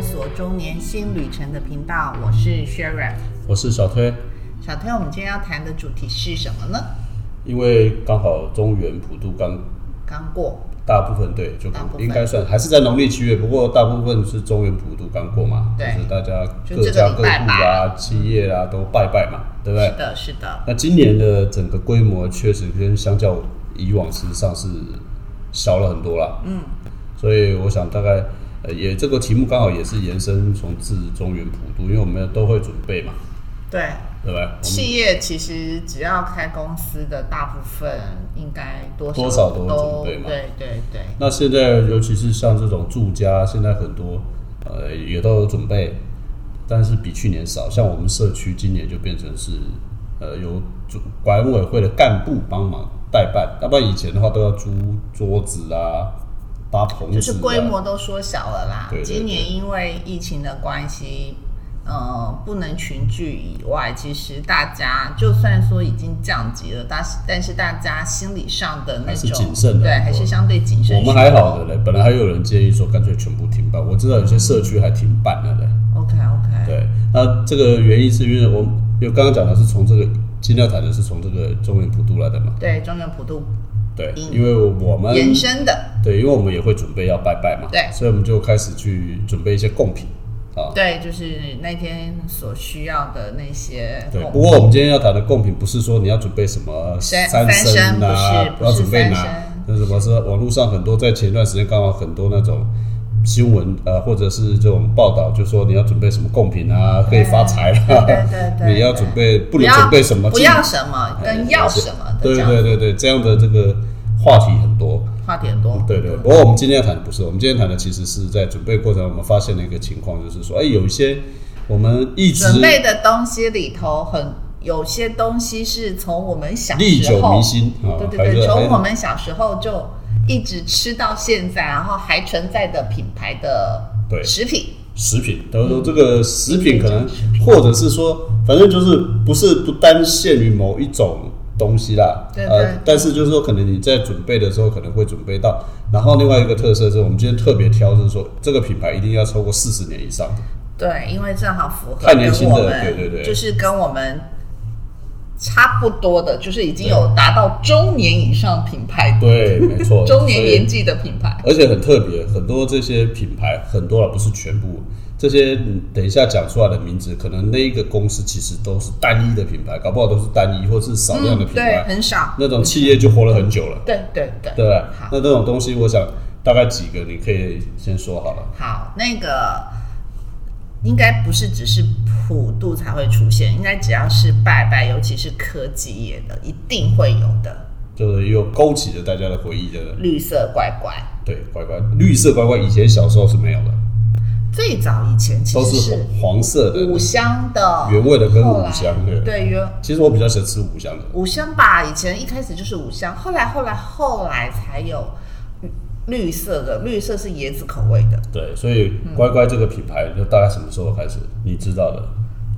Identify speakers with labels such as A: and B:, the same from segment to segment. A: 索中年新旅程的频道，我是 Sharon。
B: 我是小推，
A: 小推，我们今天要谈的主题是什么呢？
B: 因为刚好中原普渡刚
A: 刚过，
B: 大部分对，就
A: 大部分
B: 应该算还是在农历七月，不过大部分是中原普渡刚过嘛，
A: 对
B: 就是大家
A: 就
B: 各
A: 这个
B: 家
A: 礼
B: 各户
A: 拜
B: 啊、企业啊都拜拜嘛，对不对
A: 是？的，是的，
B: 那今年的整个规模确实跟相较以往事实上是小了很多啦，
A: 嗯，
B: 所以我想大概呃也这个题目刚好也是延伸从自中原普渡，因为我们都会准备嘛，
A: 对。
B: 对不对？我们
A: 企业其实只要开公司的大部分，应该多
B: 多少都会
A: 都
B: 准备嘛
A: 对对对，
B: 那现在尤其是像这种住家，现在很多呃也都有准备，但是比去年少。像我们社区今年就变成是呃由主管委会的干部帮忙代办，要不然以前的话都要租桌子啊、搭棚子、啊，
A: 就是规模都缩小了啦。
B: 对对对
A: 今年因为疫情的关系，呃，不能群聚以外，其实大家就算说已经降级了，但是但是大家心理上的那
B: 还是
A: 种
B: 谨慎的
A: 对，还是相对谨慎
B: 我
A: 许多。
B: 们还好的嘞，本来还有人建议说干脆全部停办，我知道有些社区还停办了嘞。
A: OK OK，
B: 对，那这个原因是因为我们有刚刚讲的是从这个今天要谈的是从这个中原普渡来的嘛。
A: 对，中原普渡
B: 对，
A: 嗯
B: 因为我们
A: 延伸的，
B: 对，因为我们也会准备要拜拜嘛，
A: 对
B: 所以我们就开始去准备一些贡品啊。
A: 对，就是那天所需要的那些
B: 对，
A: 贡
B: 不过我们今天要谈的贡品不是说你要准备什么
A: 三
B: 参
A: 三
B: 啊
A: 参，不是
B: 要
A: 不是
B: 准备
A: 三
B: 拿
A: 参，
B: 那什么是网络上很多，在前一段时间刚好很多那种新闻呃，或者是这种报道，就说你要准备什么贡品啊，可以发财
A: 对
B: 啦，
A: 对对对对
B: 你要准备不
A: 不
B: 能
A: 要
B: 准备什么，哎
A: 不要什么跟要什么的
B: 对
A: 这样
B: 对对对，这样的这个话题很多。
A: 话点多，
B: 对对，不过我们今天要谈的不是，我们今天谈的其实是在准备过程，我们发现了一个情况，就是说，哎，有一些我们一直
A: 准备的东西里头很有些东西是从我们小
B: 历久
A: 时候
B: 弥，新啊，
A: 对
B: 还
A: 对
B: 是
A: 对，从我
B: 还
A: 们小时候就一直吃到现在，然后还存在的品牌的
B: 对
A: 食品，
B: 食品，他说这个食品可能
A: 嗯食品，
B: 或者是说，反正就是不是不单限于某一种东西啦，
A: 对对
B: 呃，但是就是说，可能你在准备的时候可能会准备到，然后另外一个特色是我们今天特别挑，就是说这个品牌一定要超过四十年以上的。
A: 对，因为正好符合
B: 太
A: 跟
B: 年轻
A: 我
B: 的
A: 们，
B: 对对对
A: 就是跟我们。差不多的，就是已经有达到中年以上品牌，
B: 对，没错，
A: 中年
B: 所以
A: 年纪的品牌，
B: 而且很特别，很多这些品牌，很多了不是全部，这些嗯等一下讲出来的名字，可能那一个公司其实都是单一的品牌，搞不好都是单一或是少量的
A: 嗯
B: 品
A: 对，
B: 牌，
A: 很少，
B: 嗯那种企业就活了很久了，
A: 对对对，
B: 对不对
A: 好？
B: 那这种东西，我想大概几个你可以先说好了。
A: 好，那个应该不是只是普渡才会出现，应该只要是拜拜，尤其是科技业的，一定会有的。
B: 就是又勾起了大家的回忆的，
A: 绿色乖乖，
B: 对，乖乖，绿色乖乖，以前小时候是没有的，
A: 最早以前其
B: 都
A: 实
B: 是
A: 是
B: 黄色的
A: 五香的
B: 原味的跟
A: 后来
B: 五香对
A: 对原
B: 其实我比较喜欢吃五香的，
A: 五香吧，以前一开始就是五香，后来后来后来才有绿色的，绿色是椰子口味的。
B: 对，所以乖乖这个品牌就大概什么时候开始？你知道的，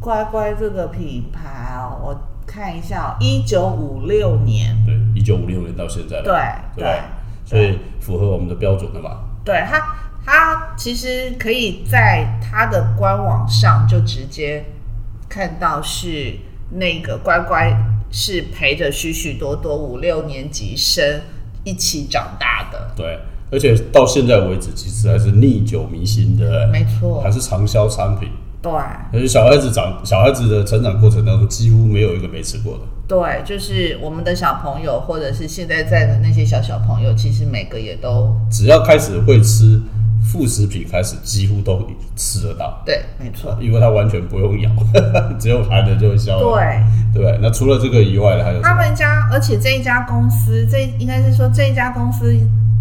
A: 乖乖这个品牌哦，我看一下、哦，一九五六年，
B: 对，一九五六年到现在了，
A: 对
B: 对吧，所以符合我们的标准的嘛。
A: 对它，它其实可以在它的官网上就直接看到是那个乖乖是陪着许许多多五六年级生一起长大的，
B: 对，而且到现在为止，其实还是历久弥新的，
A: 没错
B: 还，是畅销产品。
A: 对
B: 而且小孩子长，小孩子的成长过程当中，几乎没有一个没吃过的。
A: 对，就是我们的小朋友或者是现在在的那些小小朋友，其实每个也都
B: 只要开始会吃副食品，开始几乎都吃得到，
A: 对，没错，
B: 因为它完全不用咬， 只有含着就会消了。
A: 对。
B: 对对，那除了这个以外呢，还有什
A: 他
B: 么？
A: 们家，而且这一家公司，这应该是说这一家公司，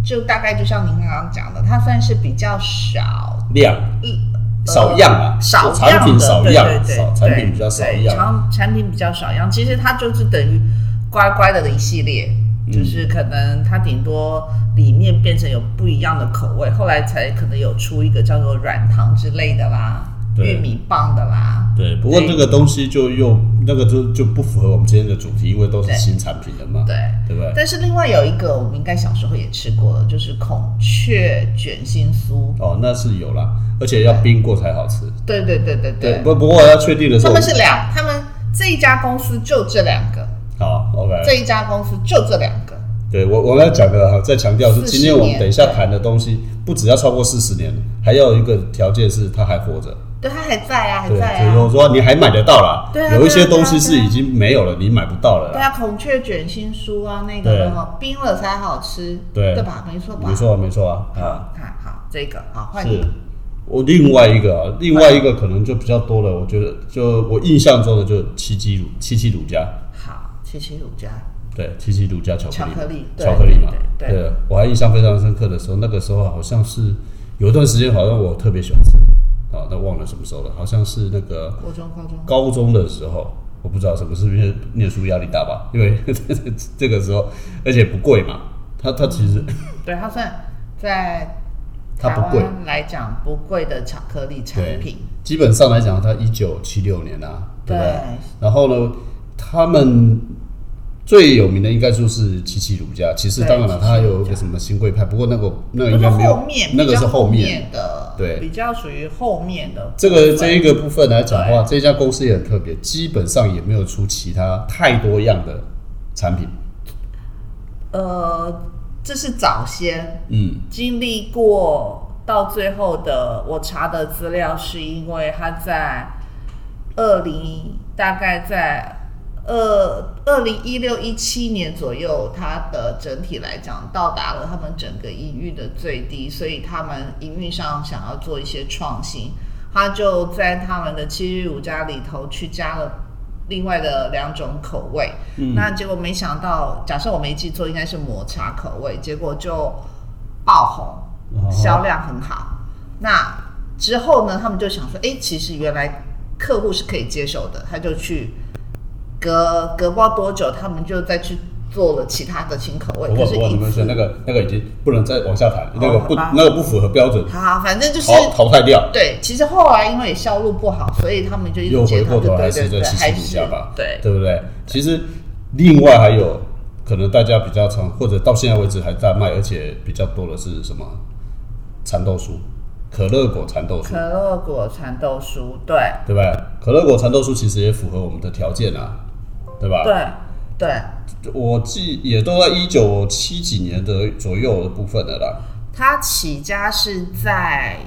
A: 就大概就像您刚刚讲的，它算是比较少，
B: 量
A: 嗯，呃
B: 少样啊，
A: 少样的
B: 产品少样，
A: 对对对
B: 少
A: 对
B: 产品比较少
A: 对
B: 样。
A: 产产品比较少样。其实它就是等于乖乖的一系列，就是可能它顶多里面变成有不一样的口味，后来才可能有出一个叫做软糖之类的啦。
B: 对
A: 玉米棒的啦。
B: 对，不过
A: 对
B: 这个东西就又那个就就不符合我们今天的主题，因为都是
A: 对
B: 新产品了嘛，
A: 对，
B: 对不对？
A: 但是另外有一个我们应该小时候也吃过的，就是孔雀卷心酥。
B: 哦，那是有啦，而且要冰过才好吃。
A: 对对对对
B: 对，
A: 对，
B: 不不过我要确定的是
A: 他
B: 我，
A: 们是两，他们这一家公司就这两个，
B: 好，OK，
A: 这一家公司就这两个。
B: 对我我要讲的哈，再强调是，
A: 40
B: 今天我们
A: 年
B: 等一下谈的东西，不只要超过四十年，还要有一个条件是它还活着。
A: 对，他还在啊，还
B: 对，
A: 在
B: 所以
A: 啊。
B: 我说你还买得到啦。
A: 对啊
B: 有一些
A: 对啊对啊
B: 东西是
A: 对啊
B: 已经没有了，你买不到了
A: 对
B: 啦。
A: 啊，孔雀卷心酥啊，那
B: 对
A: 个哈，冰了才好吃，
B: 对
A: 对吧？没错吧？
B: 没。错啊，没错啊，啊，
A: 好，看好这个，好换
B: 是
A: 你。。
B: 我另外一个啊，另外一个可能就比较多了，我觉得就我印象中的就七七乳七七乳加，
A: 好，七七乳加，
B: 对，七七乳加巧
A: 巧克
B: 克力，
A: 力对
B: 巧克力嘛，
A: 对对对
B: 我还印象非常深刻的时候，那个时候好像是有一段时间，好像我特别喜欢吃啊，那忘了什么时候了，好像是那个
A: 国中、高中。
B: 高中的时候，我不知道什么是不是念书压力大吧，因为 这个时候，而且不贵嘛，它它其实
A: 对，它算在
B: 它
A: 台
B: 不贵
A: 湾来讲不贵的巧克力产品。
B: 基本上来讲，它一九七六年啊，对不对？
A: 对
B: 然后呢，他们最有名的应该说是七七乳加，其实
A: 对
B: 当然了，
A: 七七
B: 它
A: 乳
B: 有一个
A: 加
B: 什么新贵派，不过那个那个
A: 那
B: 应该
A: 个
B: 没有
A: 后面，
B: 那个
A: 比
B: 是
A: 较
B: 后
A: 后
B: 面。
A: 的，
B: 对
A: 比较属于后面的部分。
B: 这个这一个部分来讲的话，这家公司也很特别，基本上也没有出其他太多样的产品。
A: 呃，这是早先
B: 嗯，
A: 经历过到最后的，我查的资料是因为他在二零大概在二二零一六一七年左右，它的整体来讲到达了他们整个营运的最低，所以他们营运上想要做一些创新，他就在他们的七日五家里头去加了。另外的两种口味，
B: 嗯
A: 那结果没想到，假设我没记错，应该是抹茶口味，结果就爆红，
B: 哦
A: 销量很好。那之后呢，他们就想说，哎，其实原来客户是可以接受的，他就去隔隔不知道多久，他们就再去做了其他的新口味。可
B: 不过
A: 是
B: 不过你们
A: 一
B: 说
A: 次
B: 那个那个已经不能再往下谈，
A: 哦
B: 那个不
A: 好吧
B: 那个不符合标准，
A: 好，反正就是
B: 淘淘汰掉。
A: 对。其实后来因为销路不好，所以他们就一
B: 又
A: 直
B: 回
A: 接他
B: 过
A: 们
B: 头
A: 对
B: 还
A: 对
B: 是
A: 对对，
B: 在七
A: 还
B: 七乳
A: 是
B: 加吧，
A: 对
B: 对不对？其实另外还有可能大家比较常或者到现在为止还在卖，而且比较多的是什么蚕豆酥，可乐果蚕豆酥
A: 可，乐果蚕豆酥，对
B: 对不对？可乐果蚕豆酥其实也符合我们的条件啊，对吧？
A: 对对，
B: 我记也都在一九七几年的左右的部分的啦。
A: 它起家是在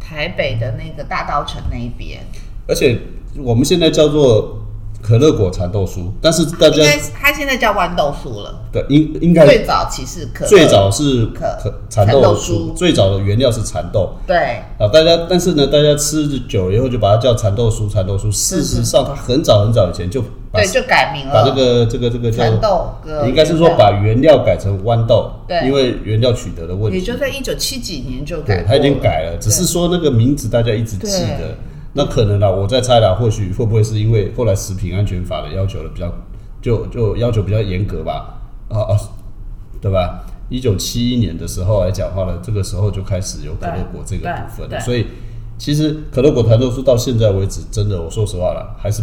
A: 台北的那个大稻城那一边，
B: 而且我们现在叫做可乐果蚕豆酥，但是大
A: 应
B: 家
A: 该是它现在叫豌豆酥了。
B: 对应应该
A: 最早其实可乐
B: 最早是
A: 可
B: 可蚕
A: 蚕
B: 豆
A: 豆
B: 酥，
A: 酥
B: 最早的原料是蚕豆
A: 对
B: 啊。大家但是呢，大家吃久了以后就把它叫蚕豆酥，蚕豆酥。事实上，它很早很早以前就
A: 嗯
B: 把
A: 对就改名
B: 把这
A: 了，
B: 个这个这个叫
A: 蚕豆哥
B: 应该是说把原料改成豌豆，
A: 对
B: 因为原料取得的问
A: 也
B: 题
A: 就，在一九七几年就改
B: 对
A: 过，了，
B: 它已经改了，只是
A: 对
B: 说那个名字大家一直记得
A: 对。
B: 那可能啦，我在猜啦，或许会不会是因为后来食品安全法的要求的比较，就就要求比较严格吧？啊啊，对吧？一九七一年的时候来讲话了，这个时候就开始有可乐果这
A: 对
B: 个部分了，
A: 对
B: 所以其实可乐果弹奏酥到现在为止，真的我说实话啦，还是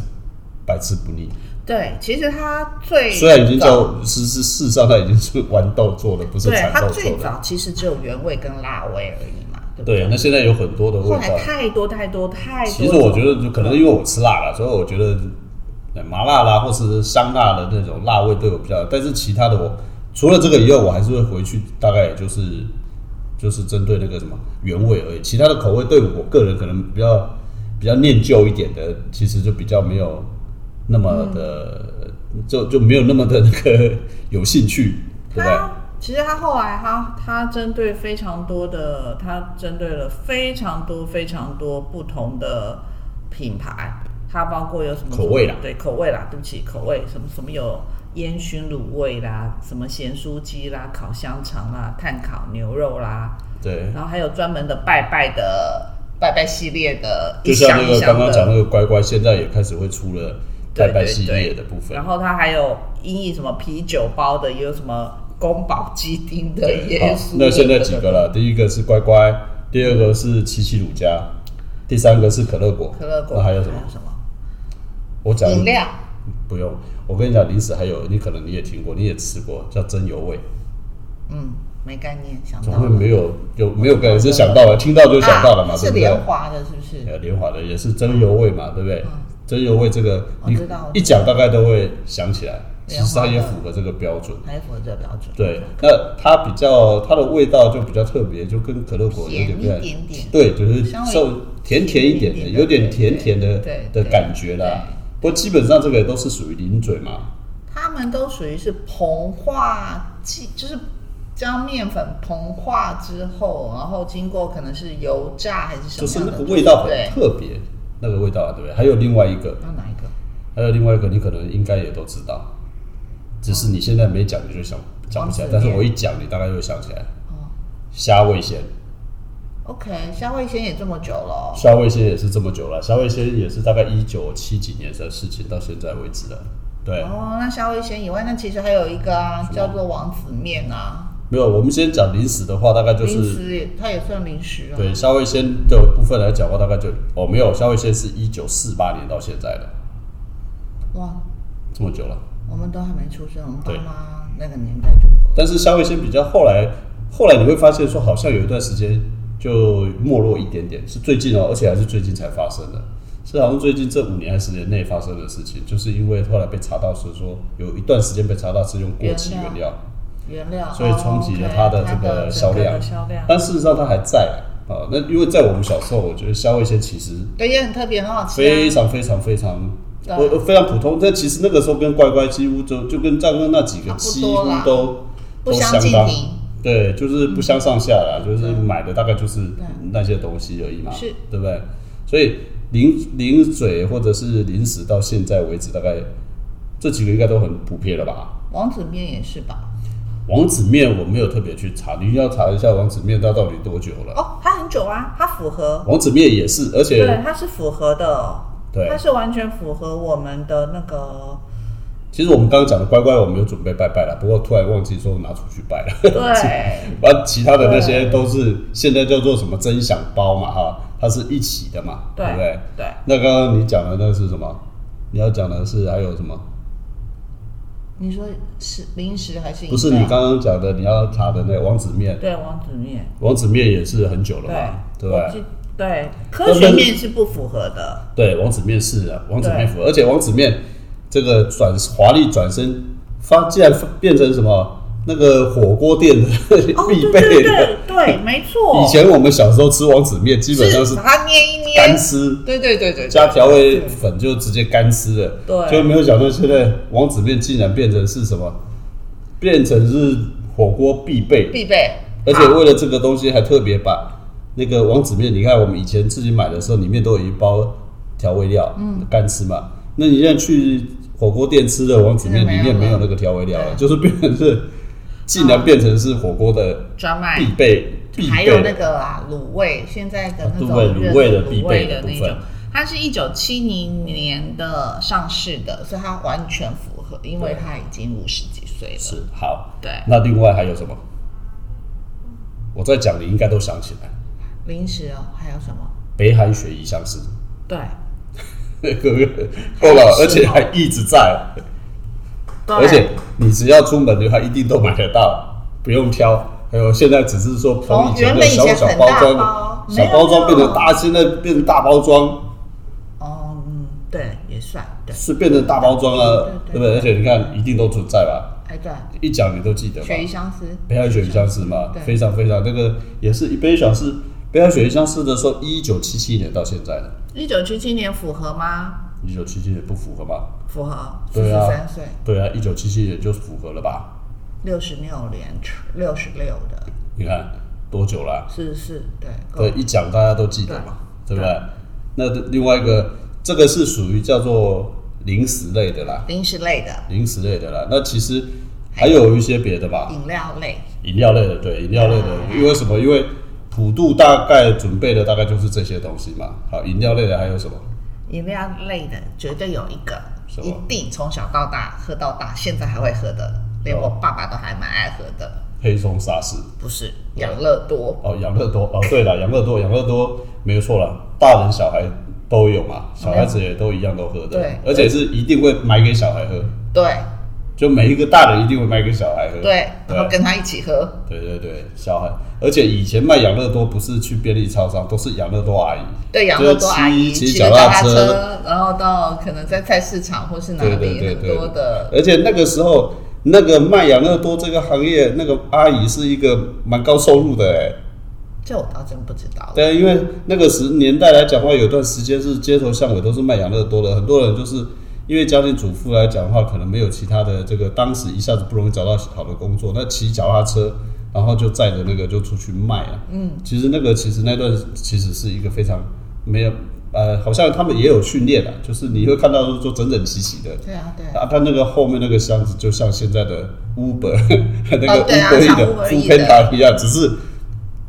B: 百吃不腻。
A: 对，其实它最
B: 虽然已经
A: 早
B: 叫事实事实上它已经是豌豆做的，不是
A: 对
B: 蚕
A: 它
B: 豆
A: 最
B: 做的。
A: 早其实只有原味跟辣味而已嘛，对不
B: 对，那现在有很多的味
A: 后来
B: 道。
A: 太多太多太多种，
B: 其实我觉得，就可能因为我吃辣了，所以我觉得呃麻辣啦，或是香辣的那种辣味对我比较。但是其他的我除了这个以外，我还是会回去，大概也就是就是针对那个什么原味而已。其他的口味对我个人可能比较比较念旧一点的，其实就比较没有那么的，就就没有那么的那个有兴趣，对不对？
A: 他其实他后来他他针对非常多的，他针对了非常多非常多不同的品牌，它包括有什么
B: 口味啦
A: 对口味啦，对不起，口味什么什么有烟熏卤味啦，什么咸酥鸡啦，烤香肠啦，炭烤牛肉啦，
B: 对，
A: 然后还有专门的拜拜的拜拜系列的，
B: 就
A: 一
B: 像
A: 箱
B: 那
A: 一
B: 个
A: 箱
B: 刚刚讲
A: 的。
B: 那个乖乖，现在也开始会出了
A: 对
B: 拜拜
A: 对
B: 系
A: 对
B: 列的部分
A: 然。后它还有音译什么啤酒包的，也有什么宫保鸡丁的呃耶
B: 好
A: 稣的。
B: 那现在几个了？第一个是乖乖，第二个是七七乳加，第三个是可乐果，
A: 可乐果
B: 那还有什么
A: 还有？什么
B: 我讲
A: 饮料？
B: 不用，我跟你讲，零食还有你可能你也听过，你也吃过，叫真油味，
A: 嗯，没概念，想
B: 总
A: 到
B: 会
A: 了
B: 没有有没有感觉就想到了，听到就想到了嘛，
A: 啊、是
B: 对不对？
A: 莲花的，是不是？
B: 呃，莲花的也是真油味嘛，对不对
A: 嗯？
B: 真油味这个
A: 我
B: 你
A: 知道我知道
B: 一讲大概都会想起来，其实它
A: 莲
B: 也
A: 花的
B: 符合这个标准。
A: 还符合这个标准。
B: 对，那它比较它的味道就比较特别，就跟可乐果有
A: 甜
B: 点不
A: 一
B: 一样。
A: 点点，
B: 对，就是
A: 稍微
B: 受甜甜一点的，
A: 甜一点的
B: 有点甜甜的
A: 对对
B: 的感觉啦。不过基本上这个都是属于零嘴嘛，
A: 他们都属于是膨化剂，就是将面粉膨化之后，然后经过可能是油炸还是什
B: 就
A: 么
B: 是
A: 样
B: 那
A: 的，
B: 个味道很
A: 对，
B: 特别，那个味道啊，对不对？还有另外一个，
A: 要哪一个？
B: 还有另外一个，你可能应该也都知道，只是你现在没讲，你就想讲不起来。
A: 王子
B: 但
A: 面
B: 是我一讲，你大概就会想起来。
A: 哦
B: 虾味鲜，
A: ，OK，虾味鲜也这么久了哦、
B: 虾味鲜也是这么久了，虾味鲜也是大概一九七几年的事情，到现在为止了。对，
A: 哦，那虾味鲜以外，那其实还有一个啊
B: 什，么
A: 叫做王子面啊，
B: 没有，我们先讲零食的话，大概就
A: 零
B: 是
A: 食也它也算零食啊。
B: 对，夏味仙的部分来讲的话，大概就哦没有，夏味仙是一九四八年到现在的
A: 哇，
B: 这么久了。
A: 我们都还没出生，我们
B: 对
A: 爸妈那个年代就有。
B: 但是夏味仙比较后来，后来你会发现说，好像有一段时间就没落一点点，是最近哦，而且还是最近才发生的，是好像最近这五年还是十年内发生的事情，就是因为后来被查到是说有一段时间被查到是用过期原
A: 原
B: 料，
A: 原料，
B: 所以冲击了
A: 哦，OK，它
B: 它的这个
A: 个
B: 销量
A: 整个的销量。
B: 但事实上它还在啊。那因为在我们小时候，我觉得夏味仙其实
A: 对，也很特别，很好吃、啊。呃
B: 非呃常非常非常，
A: 对啊
B: 我我非常普通。但其实那个时候跟乖乖几乎就就跟刚刚那几个
A: 差不
B: 几
A: 多
B: 乎
A: 啦
B: 都
A: 不
B: 都
A: 相
B: 相
A: 径
B: 当，
A: 庭。啊
B: 对，就是不相上下啦。就是买的大概就是
A: 对啊
B: 那些东西而已嘛，
A: 是
B: 对不对？所以零零嘴或者是零食到现在为止，大概这几个应该都很普遍了吧？
A: 王子面也是吧？
B: 王子面我没有特别去查，你要查一下王子面它到底多久了。
A: 哦，它很久啊，它符合，
B: 王子面也是，而且
A: 对，它是符合的哦，
B: 对
A: 它是完全符合我们的那个，
B: 其实我们刚刚讲的乖乖，我们有准备拜拜了，不过突然忘记说拿出去拜了。
A: 对，
B: 啊， 其他的那些都是现在叫做什么真享包嘛，哈，它是一起的嘛，对不对
A: 对？，对，
B: 那刚刚你讲的那是什么？你要讲的是还有什么？
A: 你说是零食还是饮料？
B: 不是你刚刚讲的你要查的那个王子面，
A: 对王子面，
B: 王子面也是很久了嘛，
A: 对
B: 对不
A: 我
B: 对？
A: 记对，科学面是不符合的，
B: 对，王子面是啊，王子面符合，而且王子面这个转华丽转身发，竟然变成什么那个火锅店的
A: 哦，
B: 必
A: 对
B: 备
A: 对
B: 的。
A: 对哦对，没错，
B: 以前我们小时候吃王子面，基本上是
A: 把它捏一
B: 干
A: 捏，
B: 吃，
A: 对对对对，
B: 加调味粉就直接干吃了，
A: 对
B: 就没有想到现在王子面竟然变成是什么，变成是火锅必备，
A: 必备，
B: 而且为了这个东西还特别把那个王子面，你看我们以前自己买的时候，里面都有一包调味料，嗯，干吃嘛。那你现在去火锅店吃的王子面，
A: 没有
B: 里面
A: 了
B: 没有那个调味料了，
A: 对嗯
B: 就是变成是，竟然变成是火锅的
A: 专卖
B: 必备，必
A: 哎还
B: 备
A: 有那
B: 的。
A: 个啊，卤味，现在的那种
B: 啊对卤味的必
A: 卤
B: 备
A: 味
B: 的
A: 的
B: 部
A: 那
B: 分
A: 种，它是一九七零年的上市的，所以它完全符合，因为它已经五十几岁了。
B: 是好。
A: 对，
B: 那另外还有什么？我在讲，你应该都想起来，
A: 零食哦，还有什么？
B: 北海雪梨相思，
A: 对，
B: 各位够了，而且还一直在。
A: 对
B: 而且你只要出门的话，一定都买得到，不用挑。还有现在只是说从以前的小小包
A: 哦哦原本以前很大包
B: 装，
A: 没有
B: 小包装变成大，现在变成大包装，
A: 哦，嗯，对，也算对，
B: 是变成大包装了，对
A: 对
B: 不
A: 对对
B: 对？而且你看，一定都存在吧？
A: 哎对，
B: 一讲你都记得吧？
A: 鳕鱼相思，
B: 北海雪梨相思嘛，
A: 对
B: 非常非常那个也是一杯小是北海雪梨相思的时候，一九七七年到现在的，
A: 一九七七年符合吗？
B: 一九七七年不符合吧？
A: 符合，四
B: 对
A: 十
B: 啊
A: 三岁，
B: 对啊，一九七七年就符合了吧？
A: 六十六年，六十六的，
B: 你看多久了啊、
A: 四十四，对，够
B: 对，一讲大家都记得嘛，对不对？那另外一个，这个是属于叫做零食类的啦，
A: 零食类的，
B: 零食类的啦。那其实还有一些别的吧，
A: 饮料类。
B: 饮料类的，对，饮料类的，因为什么？因为普渡大概准备的大概就是这些东西嘛。好，饮料类的还有什么？
A: 饮料类的绝对有一个
B: 什，么
A: 一定从小到大喝到大，现在还会喝的，连
B: 哦
A: 我爸爸都还蛮爱喝的，
B: 黑松沙士，
A: 不是养乐多。
B: 哦哦，养乐多，哦，对了，养乐多，养乐多没有错了，大人小孩都有嘛，小孩子也都一样都喝的，
A: 对
B: 而且是一定会买给小孩喝，
A: 对
B: 就每一个大人一定会买给小孩喝，
A: 对，
B: 对
A: 然后跟他一起喝，
B: 对对对，小孩，而且以前卖养乐多不是去便利超商，都是养乐多阿姨，
A: 对，养乐
B: 就
A: 多
B: 是
A: 阿姨
B: 骑
A: 骑
B: 骑
A: 着
B: 脚
A: 脚
B: 踏
A: 踏
B: 车
A: 车，然后到可能在菜市场或是哪
B: 对对
A: 里
B: 对
A: 很
B: 对
A: 多的，
B: 而且那个时候那个卖养乐多这个行业，那个阿姨是一个蛮高收入的哎、
A: 这我倒真不知道了。
B: 对，因为那个时年代来讲的话，有段时间是街头巷尾都是卖养乐多的，很多人就是因为家庭主妇来讲的话，可能没有其他的这个，当时一下子不容易找到好的工作，那骑脚踏车，然后就载着那个就出去卖啊。嗯，其实那个其实那段其实是一个非常没有呃，好像他们也有训练啊，就是你会看到就是说整整齐齐的。
A: 对啊，对啊，
B: 啊，他那个后面那个箱子就像现在的 Uber 那个
A: 哦对啊
B: Uber
A: 像
B: E 的
A: Uber
B: f o
A: Eats
B: o p
A: 的
B: a n d a 一样，只是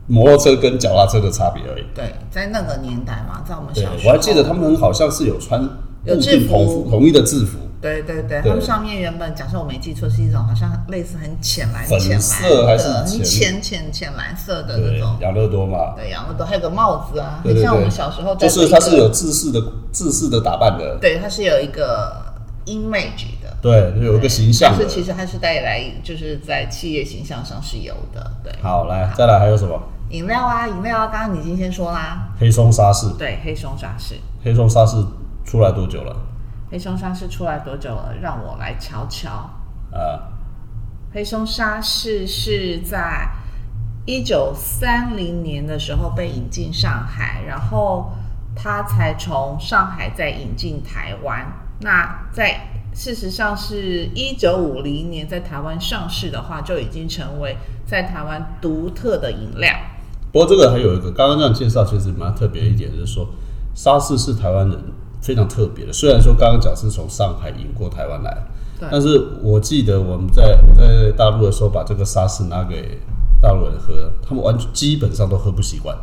B: 摩托车跟脚踏车的差别而已。
A: 对，在那个年代嘛，在我们
B: 对
A: 小，时候，
B: 我还记得他们好像是有穿
A: 有
B: 固
A: 制
B: 定同服
A: 服
B: 统一的制服，
A: 对对对，
B: 对
A: 他们上面原本假设我没记错是一种好像类似很浅蓝、
B: 粉
A: 浅蓝
B: 色
A: 的、
B: 还是
A: 很
B: 浅
A: 浅浅浅蓝色的那
B: 对
A: 种，，
B: 养乐多嘛，
A: 对，然后都还有个帽子啊，
B: 对
A: 很
B: 对
A: 像我们
B: 对
A: 小时候，戴
B: 就
A: 的
B: 是
A: 一
B: 它
A: 个
B: 是有制式的制式的打扮的，
A: 对，它是有一个 image 的，
B: 对，有一个
A: 对
B: 形象
A: 但
B: 的
A: 是。其实它是带来就是在企业形象上是有的，对，
B: 好，来再来还有什么？
A: 饮料啊，饮料啊，刚刚你已经先说啦，
B: 黑松沙士，
A: 对，黑松沙士，
B: 黑松沙士出来多久了？
A: 黑松沙士出来多久了？让我来瞧瞧。
B: 啊，
A: 黑松沙士是在一九三零年的时候被引进上海，然后它才从上海再引进台湾。那在事实上是一九五零年在台湾上市的话，就已经成为在台湾独特的饮料。
B: 不过这个还有一个，刚刚这样介绍其实蛮特别一点，就是说沙士是台湾人非常特别的。虽然说刚刚讲是从上海引过台湾来，
A: 对
B: 但是我记得我们在我在大陆的时候把这个沙士拿给大陆人喝，他们完全基本上都喝不习惯。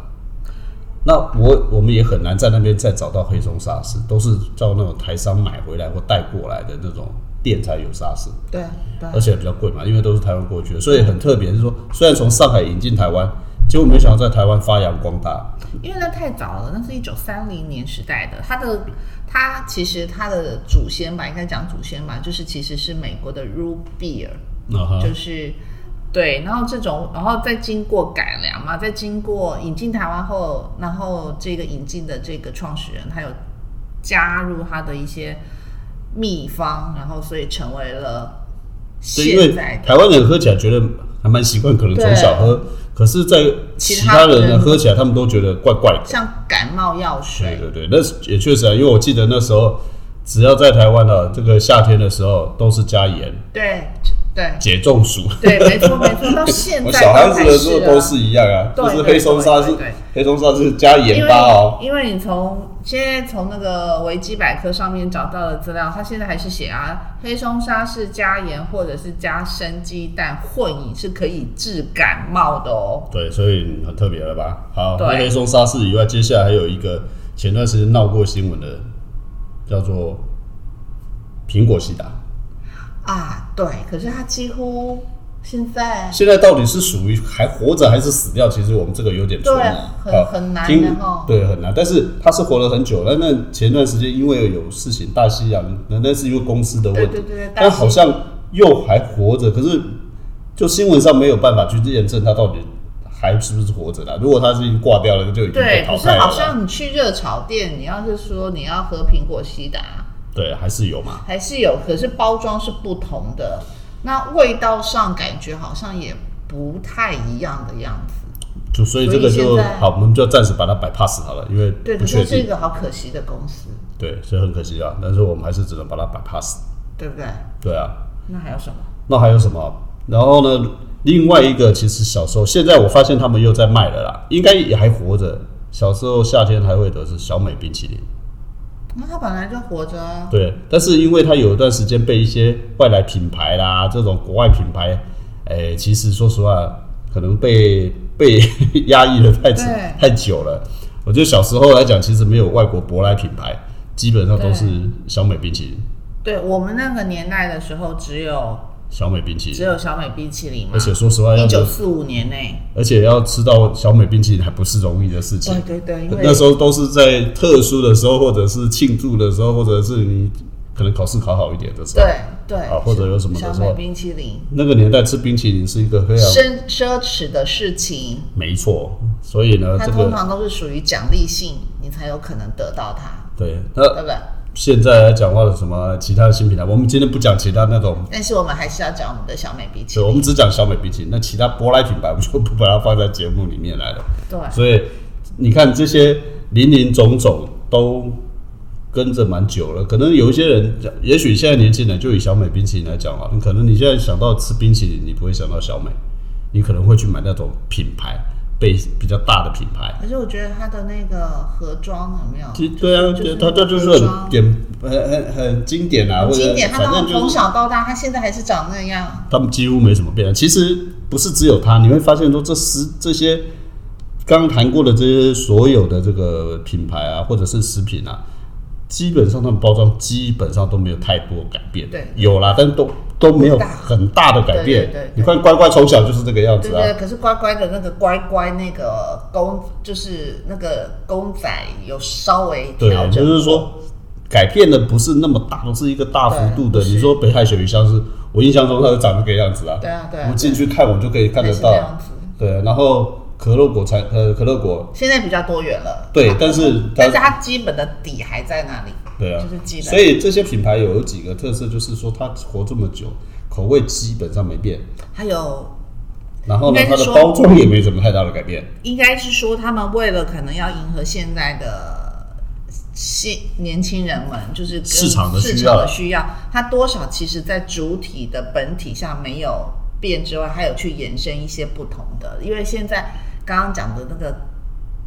B: 那我我们也很难在那边再找到黑松沙士，都是照那种台商买回来或带过来的那种店才有沙士。
A: 对对
B: 而且比较贵嘛，因为都是台湾过去的，所以很特别。是说，虽然从上海引进台湾，结果没想到在台湾发扬光大。
A: 因为那太早了，那是一九三零年时代的。它的它其实它的祖先吧，应该讲祖先吧，就是其实是美国的 root beer。
B: 啊哈
A: 就是对，然后这种，然后再经过改良嘛，再经过引进台湾后，然后这个引进的这个创始人，他有加入他的一些秘方，然后所以成为了
B: 所以因为
A: 现在的
B: 台湾人喝起来觉得还蛮习惯，可能从小喝，可是，在其
A: 其
B: 他
A: 他人
B: 人呢喝起来，他们都觉得怪怪的。
A: 像感冒药
B: 对
A: 水，
B: 对对，那是也确实啊，因为我记得那时候，只要在台湾啊，这个夏天的时候都是加盐
A: 对对
B: 解中暑。
A: 对，没错没错，到现
B: 我
A: 在
B: 小孩
A: 都
B: 子
A: 还
B: 的时候
A: 啊
B: 都是一样啊，
A: 对
B: 就
A: 对
B: 是黑松沙
A: 对
B: 是
A: 对对
B: 黑松沙是加盐
A: 因为
B: 巴哦。
A: 因为你从现在从那个维基百科上面找到的资料，它现在还是写啊，黑松沙是加盐或者是加生鸡蛋混饮是可以治感冒的哦。
B: 对，所以很特别了吧？好，
A: 对
B: 那黑松沙士以外，接下来还有一个前段时间闹过新闻的，叫做苹果西达。
A: 啊，对，可是它几乎现在
B: 现在到底是属于还活着还是死掉？其实我们这个有点存疑
A: 对，很
B: 好
A: 很难
B: 听
A: 的哈
B: 对，很难。但是他是活了很久，那那前段时间因为有事情，大西洋那那是因为公司的问题，
A: 对对对对大西
B: 但好像又还活着，可是就新闻上没有办法去验证他到底还是不是活着的。如果他是已经挂掉了，就已经被
A: 对，
B: 淘
A: 可是
B: 汰了
A: 好
B: 啦。
A: 像你去热炒店，你要是说你要喝苹果西达，
B: 对，还是有嘛。
A: 还是有，可是包装是不同的，那味道上感觉好像也不太一样的样子。
B: 就所以这个
A: 所以
B: 就
A: 现在
B: 好，我们就暂时把它摆 pass 好了，因为
A: 对，
B: 不
A: 可
B: 确
A: 是是一
B: 定，
A: 个好可惜的公司，
B: 对，所以很可惜啊。但是我们还是只能把它摆 pass。
A: 对不对？
B: 对啊，
A: 那还有什么？
B: 那还有什么？然后呢，另外一个其实小时候，现在我发现他们又在卖了啦，应该也还活着。小时候夏天还会得是小美冰淇淋，
A: 那他本来就活着啊。
B: 对，但是因为它有一段时间被一些外来品牌啦，这种国外品牌，哎、其实说实话，可能被被压抑的太久
A: 对
B: 太久了。我觉得小时候来讲，其实没有外国舶来品牌，基本上都是小美冰淇淋。
A: 对我们那个年代的时候，只有
B: 小美冰淇
A: 只
B: 淋，
A: 有小美冰淇淋嘛
B: 而。且说实话要
A: 一九
B: 留，
A: 四五年内，
B: 而且要吃到小美冰淇淋还不是容易的事情
A: 对。对对，因为
B: 那时候都是在特殊的时候，或者是庆祝的时候，或者是你可能考试考好一点的时候，
A: 对对
B: 啊，或者有什么
A: 小
B: 的时
A: 美
B: 候，啊
A: 冰淇淋，
B: 那个年代吃冰淇淋是一个非常
A: 奢奢侈的事情，
B: 没错，所以呢，
A: 它
B: 啊这
A: 通
B: 个
A: 常都是属于奖励性，你才有可能得到它，
B: 对。那
A: 对不对？
B: 现在来讲话的什么其他的新品牌，我们今天不讲其他那种，
A: 但是我们还是要讲我们的小美冰淇
B: 所以我
A: 淋，
B: 们只讲小美冰淇淋。那其他舶来品牌，我们就不把它放在节目里面来了。
A: 对，
B: 所以你看这些林林总总都跟着蛮久了，可能有一些人，也许现在年轻人就以小美冰淇淋来讲啊，你可能你现在想到吃冰淇淋，你不会想到小美，你可能会去买那种品牌被比较大的品牌。
A: 可是我觉得它的那个盒装有没有？
B: 其实对啊，
A: 就是
B: 它它就是
A: 盒
B: 很
A: 装
B: 典很很很经典啊，
A: 很
B: 或者
A: 经典，它
B: 反
A: 当
B: 正
A: 从
B: 就是
A: 小到大，它现在还是长那样。
B: 他们几乎没什么变啊。其实不是只有它，你会发现说这十这些刚谈过的这些所有的这个品牌啊，或者是食品啊，基本上他们包装基本上都没有太多改变。
A: 对
B: 有啦，但是都都没有
A: 不大
B: 很大的改变。
A: 对对对对
B: 你看乖乖从小就是这个样
A: 对
B: 子
A: 对，
B: 啊。
A: 可是乖乖的那个乖乖那个公，就是那个公仔有稍微
B: 对啊
A: 调，整，
B: 就是说。改变的不是那么大，不是一个大幅度的。
A: 对不是
B: 你说北海鳕鱼香是，我印象中它是长这个样子啊。
A: 对啊对啊
B: 我们进去看，我们就可以看
A: 还
B: 得
A: 是
B: 到
A: 这。样子。
B: 对，啊然后可乐果才呃可乐果，
A: 现在比较多元了，啊
B: 对，但是
A: 但是它基本的底还在那里，
B: 对啊
A: 就，是基本。
B: 所以这些品牌有几个特色，就是说它活这么久，口味基本上没变，
A: 还有
B: 然后呢，
A: 应
B: 它
A: 该是
B: 的
A: 说
B: 包装也没什么太大的改变。
A: 应该是说，他们为了可能要迎合现在的现年轻人们，就是跟
B: 市场的需要
A: 市场的需要，它多少其实在主体的本体上没有变之外，还有去延伸一些不同的。因为现在刚刚讲的那个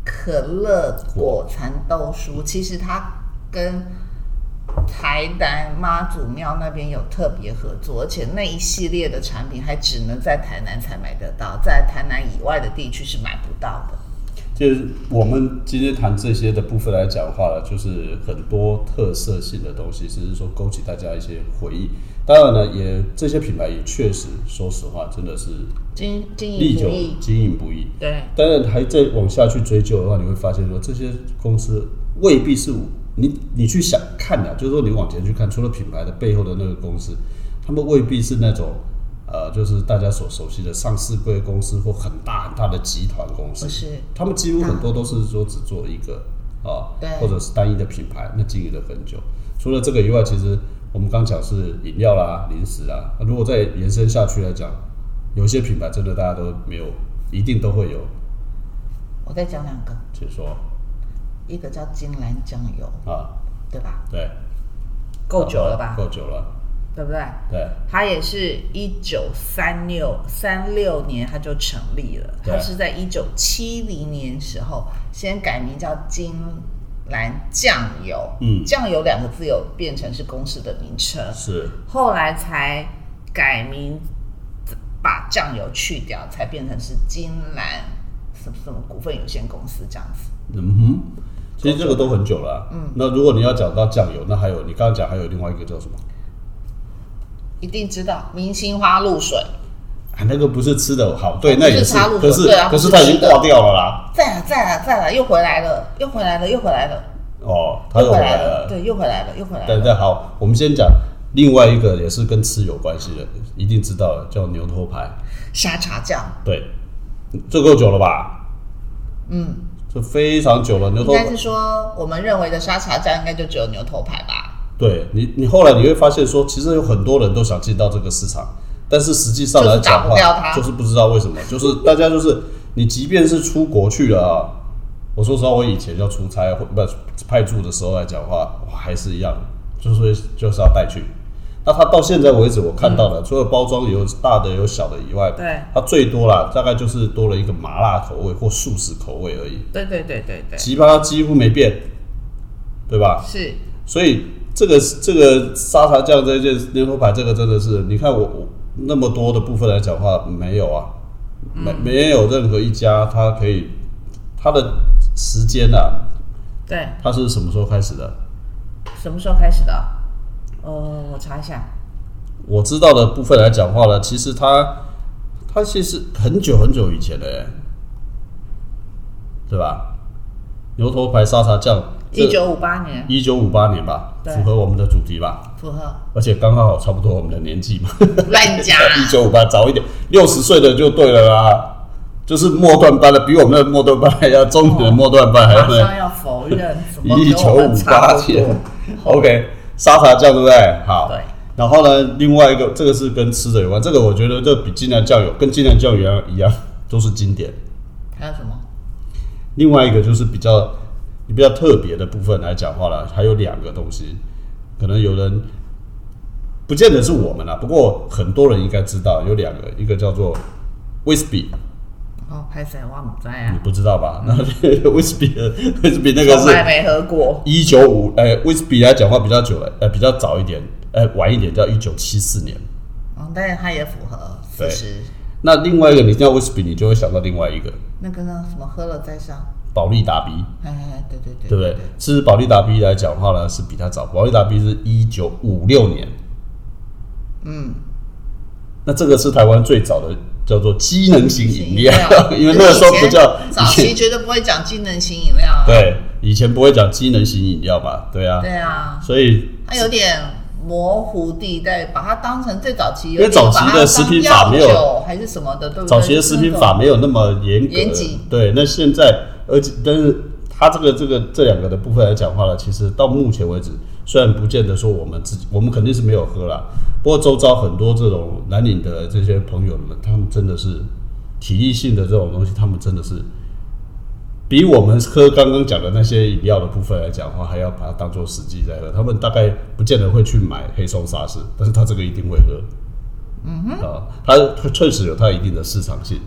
A: 可乐果蚕豆酥，其实它跟台南妈祖庙那边有特别合作，而且那一系列的产品还只能在台南才买得到，在台南以外的地区是买不到的。
B: 就是我们今天谈这些的部分来讲的话呢，就是很多特色性的东西，只是说勾起大家一些回忆。当然呢，也这些品牌也确实，说实话，真的是
A: 经经
B: 历
A: 营
B: 久
A: 不易，
B: 经营不易。
A: 对
B: 当然，还在往下去追究的话，你会发现说这些公司未必是你你去想看的、就是说你往前去看，除了品牌的背后的那个公司，他们未必是那种呃，就是大家所熟悉的上市贵公司或很大很大的集团公司
A: 不，是
B: 他们几乎很多都是说只做一个啊
A: 对，
B: 或者是单一的品牌，那经营了很久。除了这个以外，其实我们刚讲是饮料啦、零食啦，如果再延伸下去来讲，有些品牌真的大家都没有，一定都会有。
A: 我再讲两个，
B: 请说
A: 一个叫金兰酱油，
B: 啊，
A: 对吧？
B: 对，
A: 够久了吧？
B: 够久了，
A: 对不对？
B: 对，
A: 它也是一九三六三六年它就成立了，
B: 对
A: 它是在一九七零年时候先改名叫金兰酱油，
B: 嗯
A: 酱油两个字有变成是公司的名称，
B: 是
A: 后来才改名把酱油去掉，才变成是金兰什么什么股份有限公司这样子。
B: 嗯哼。其实这个都很久了、嗯，那如果你要讲到酱油，那还有你刚刚讲还有另外一个叫什么？
A: 一定知道明星花露水，
B: 啊，那个不是吃的好，对，
A: 不
B: 那
A: 哦是
B: 也是
A: 茶露，水
B: 可是
A: 对啊
B: 可是
A: 不是
B: 它已
A: 吃
B: 经
A: 的
B: 挂掉了啦。
A: 再来再来再来，又回来了，又回来了，又回来了，
B: 哦，它又回来了。
A: 对，又回来了，又回来
B: 对
A: 了。
B: 对，好，我们先讲另外一个也是跟吃有关系的，一定知道了，叫牛头牌。
A: 沙茶酱，
B: 对，这够久了吧？
A: 嗯，
B: 这非常久了，牛
A: 应
B: 头
A: 该
B: 牌
A: 是。说我们认为的沙茶酱，应该就只有牛头牌吧？
B: 对你，你后来你会发现说，其实有很多人都想进到这个市场，但是实际上来
A: 就是打
B: 讲的
A: 不掉
B: 话，
A: 它
B: 就是不知道为什么，就是大家就是你，即便是出国去了啊，我说实话，我以前要出差或不派驻的时候来讲的话，我还是一样，就是就是要带去。那它到现在为止，我看到的，除了包装有大的有小的以外，
A: 嗯对，
B: 它最多啦，大概就是多了一个麻辣口味或素食口味而已，
A: 对对对对对，
B: 其他几乎没变，对吧？
A: 是
B: 所以这个这个沙茶酱这件牛头牌，这个真的是，你看我我那么多的部分来讲话，没有啊，没没有任何一家它可以它的时间啊，
A: 对。
B: 它是什么时候开始的？
A: 哦什么时候开始的？呃，我查一下，
B: 我知道的部分来讲话呢，其实它它其实很久很久以前的、欸，对吧？牛头牌沙茶酱，
A: 一九五八年
B: 一九五八年吧，
A: 对
B: 符合我们的主题吧，
A: 符合，
B: 而且刚刚好差不多我们的年纪嘛，
A: 乱讲 啊
B: 一九五八早一点，六十岁的就对了啦。就是末段班的，比我们的末段班还要中年的末段班还
A: 马
B: 要
A: 上要否 认，怎么
B: 哎一
A: 跟
B: 九
A: 啊我们
B: 五
A: 差
B: 八
A: 不
B: 年
A: 多？
B: ，OK，沙茶酱对不对？好，
A: 对，
B: 然后呢，另外一个这个是跟吃的有关，这个我觉得这比精良酱油跟精良酱油一样一样，都是经典。
A: 还有什么？
B: 另外一个就是比较比较特别的部分来讲话了，还有两个东西，可能有人不见得是我们啦，不过很多人应该知道有两个，一个叫做 Whisby，
A: 哦，拍谁我不在
B: 你
A: 啊，
B: 不知道吧？ 那 Whisby 的 Whisby 那个
A: 从
B: 是
A: 来没喝过。
B: 一九五，呃威斯比来讲话比较久了，呃，比较早一点，呃，晚一点叫一九七四年。
A: 嗯，但是它也符合
B: 对
A: 事实。
B: 那另外一个，你叫威斯比，你就会想到另外一个
A: 那个呢，什么喝了再上，
B: 保利达比，
A: 哎哎，哎对对对，
B: 对不对？其实保利达比来讲话呢是比他早，保利达比是一九五六年，
A: 嗯，
B: 那这个是台湾最早的叫做机能型饮料
A: 饮，料
B: 因为那个时候不叫
A: 啊就是以前早期绝对不会讲机能型饮料啊。
B: 对，以前不会讲机能型饮料嘛，对啊，
A: 对啊，
B: 所以
A: 它有点模糊地带，把它当成最早期有
B: 因为
A: 点把
B: 早
A: 它
B: 期的食品法
A: 当
B: 没有
A: 药酒还是什么的，对不对？
B: 早期的食品法没有那么严格，
A: 严谨
B: 对，那现在，而且但是它这个这个这两个的部分来讲话呢，其实到目前为止，虽然不见得说我们自己，我们肯定是没有喝啦，不过周遭很多这种南岭的这些朋友们，他们真的是体力性的这种东西，他们真的是比我们喝刚刚讲的那些饮料的部分来讲的话，还要把它当做实际在喝。他们大概不见得会去买黑松沙士，但是他这个一定会喝。嗯哼，啊，它它确实有它一定的市场性。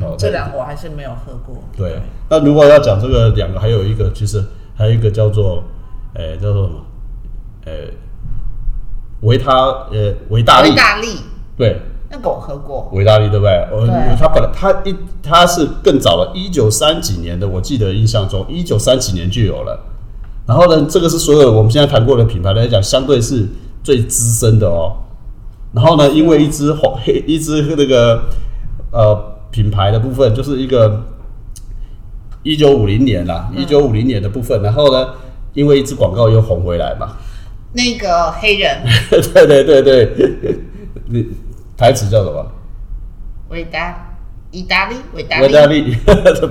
B: 哦
A: 嗯，这两个我还是没有喝过。
B: 对，那如果要讲这个两个，还有一个其实还有一个叫做，呃，叫做什么？呃，维他呃维大利
A: 意，大利
B: 对，
A: 那个我喝过，
B: 维大利对不对？
A: 对
B: 呃，他本来他一他是更早了，一九三几年的，我记得印象中一九三几年就有了。然后呢，这个是所有我们现在谈过的品牌来讲，相对是最资深的哦。然后呢，因为一支红 黑一支那个呃品牌的部分，就是一个一九五零年啦，一九五零年的部分。然后呢，因为一支广告又红回来嘛，
A: 那个黑人
B: 对对对对， 你台词叫什么？
A: 伟大意大利伟大
B: 维大
A: 利，
B: 利，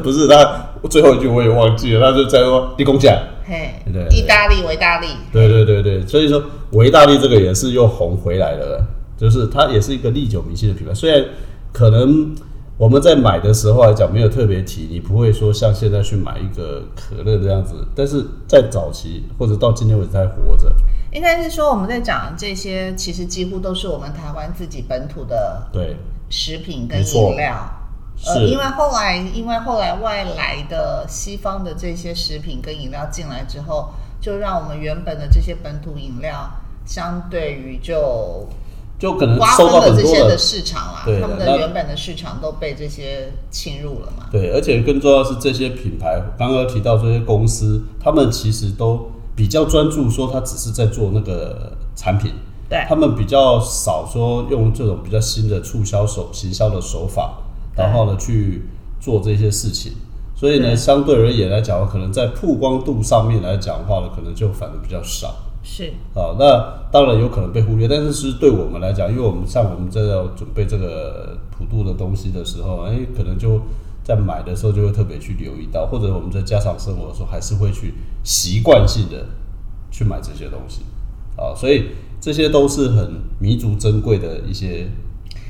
B: 不是他最后一句我也忘记了，他就在说立功奖。
A: 嘿
B: 对对，对
A: 意大利维大利，
B: 对对对对，所以说维大利这个也是又红回来了，就是它也是一个历久弥新的品牌。虽然可能我们在买的时候来讲没有特别提，你不会说像现在去买一个可乐这样子，但是在早期或者到今天为止它还活着。
A: 应该是说我们在讲这些，其实几乎都是我们台湾自己本土的
B: 对，
A: 食品跟
B: 没错
A: 饮料。呃，
B: 是
A: 因为后来，因为后来外来的西方的这些食品跟饮料进来之后，就让我们原本的这些本土饮料，相对于就
B: 就可能
A: 瓜
B: 受
A: 分
B: 嗯到
A: 了
B: 很
A: 这
B: 多
A: 些
B: 的
A: 的市场啦，
B: 对
A: 他们
B: 那
A: 的原本的市场都被这些侵入了嘛。
B: 对，而且更重要的是这些品牌，刚刚提到这些公司，他们其实都比较专注说，他只是在做那个产品，
A: 对
B: 他们比较少说用这种比较新的促销手行销的手法，
A: 对
B: 然后呢去做这些事情。所以呢，
A: 对
B: 相对而言来讲，可能在曝光度上面来讲的话呢，可能就反而比较少。
A: 是，
B: 啊，那当然有可能被忽略，但是是对我们来讲，因为我们像我们在要准备这个普渡的东西的时候，哎，可能就在买的时候就会特别去留意到，或者我们在家常生活的时候还是会去习惯性的去买这些东西啊，所以这些都是很弥足珍贵的一些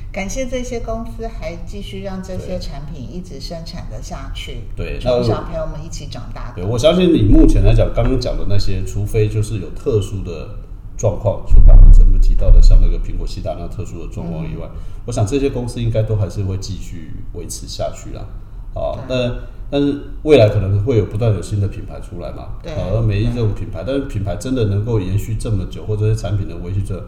A: 感谢这些公司还继续让这些产品一直生产的下去，
B: 对那
A: 从小陪我们一起长大的
B: 对，我相信你目前来讲，刚刚讲的那些，除非就是有特殊的状况，就刚刚前面提到的，像那个苹果西达那特殊的状况
A: 嗯
B: 以外，我想这些公司应该都还是会继续维持下去啦。啊，但但是未来可能会有不断有新的品牌出来嘛，
A: 对
B: 啊，而每一这种品牌，但是品牌真的能够延续这么久，或者是产品能维续这，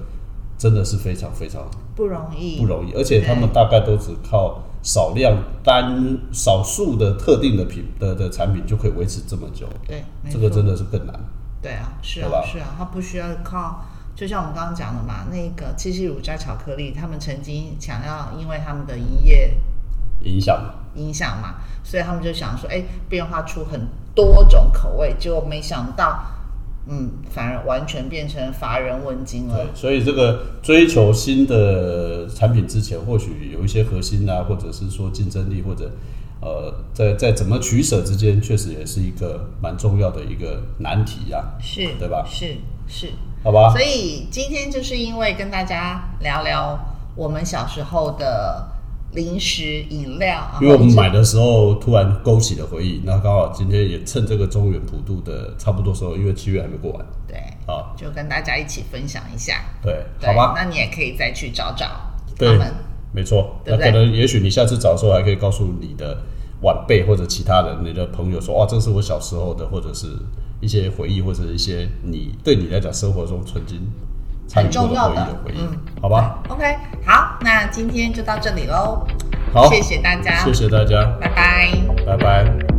B: 真的是非常非常
A: 不容易，
B: 不容易，而且他们大概都只靠少量单少数的特定的品的的产品就可以维持这么久，
A: 对，没
B: 这个
A: 错
B: 真的是更难。
A: 对啊，是
B: 对吧
A: 啊，是啊，它不需要靠就像我们刚刚讲的嘛，那个七夕乳加巧克力，他们曾经想要因为他们的营业
B: 影响嘛。
A: 影响嘛，所以他们就想说，哎，变化出很多种口味，结果没想到，嗯，反而完全变成乏人问津
B: 对
A: 了。，
B: 所以这个追求新的产品之前，或许有一些核心啊，或者是说竞争力，或者呃，在在怎么取舍之间，确实也是一个蛮重要的一个难题呀、
A: 是，
B: 对吧
A: 是是。
B: 好吧
A: 所？以今天就是因为跟大家聊聊我们小时候的零食饮料，
B: 因为我
A: 然后
B: 们
A: 一直
B: 买的时候突然勾起了回忆，那刚好今天也趁这个中原普渡的差不多时候，因为七月还没过完
A: 对，
B: 啊，
A: 就跟大家一起分享一下，
B: 对，
A: 对
B: 好吧，
A: 那你也可以再去找找他
B: 对
A: 们。，
B: 没错，
A: 对
B: 那
A: 不
B: 可
A: 对
B: 能也许你下次找的时候，还可以告诉你的晚辈或者其他人、你的朋友说，哇，这是我小时候的，或者是一些回忆，或者一些你对你来讲生活中曾经参与过
A: 很重
B: 的
A: 要
B: 回忆
A: 的
B: 的回忆，
A: 嗯
B: 好吧？
A: OK，好，那今天就到这里喽，
B: 好，
A: 嗯谢谢大家，
B: 谢谢大家，
A: 拜拜。
B: 拜拜。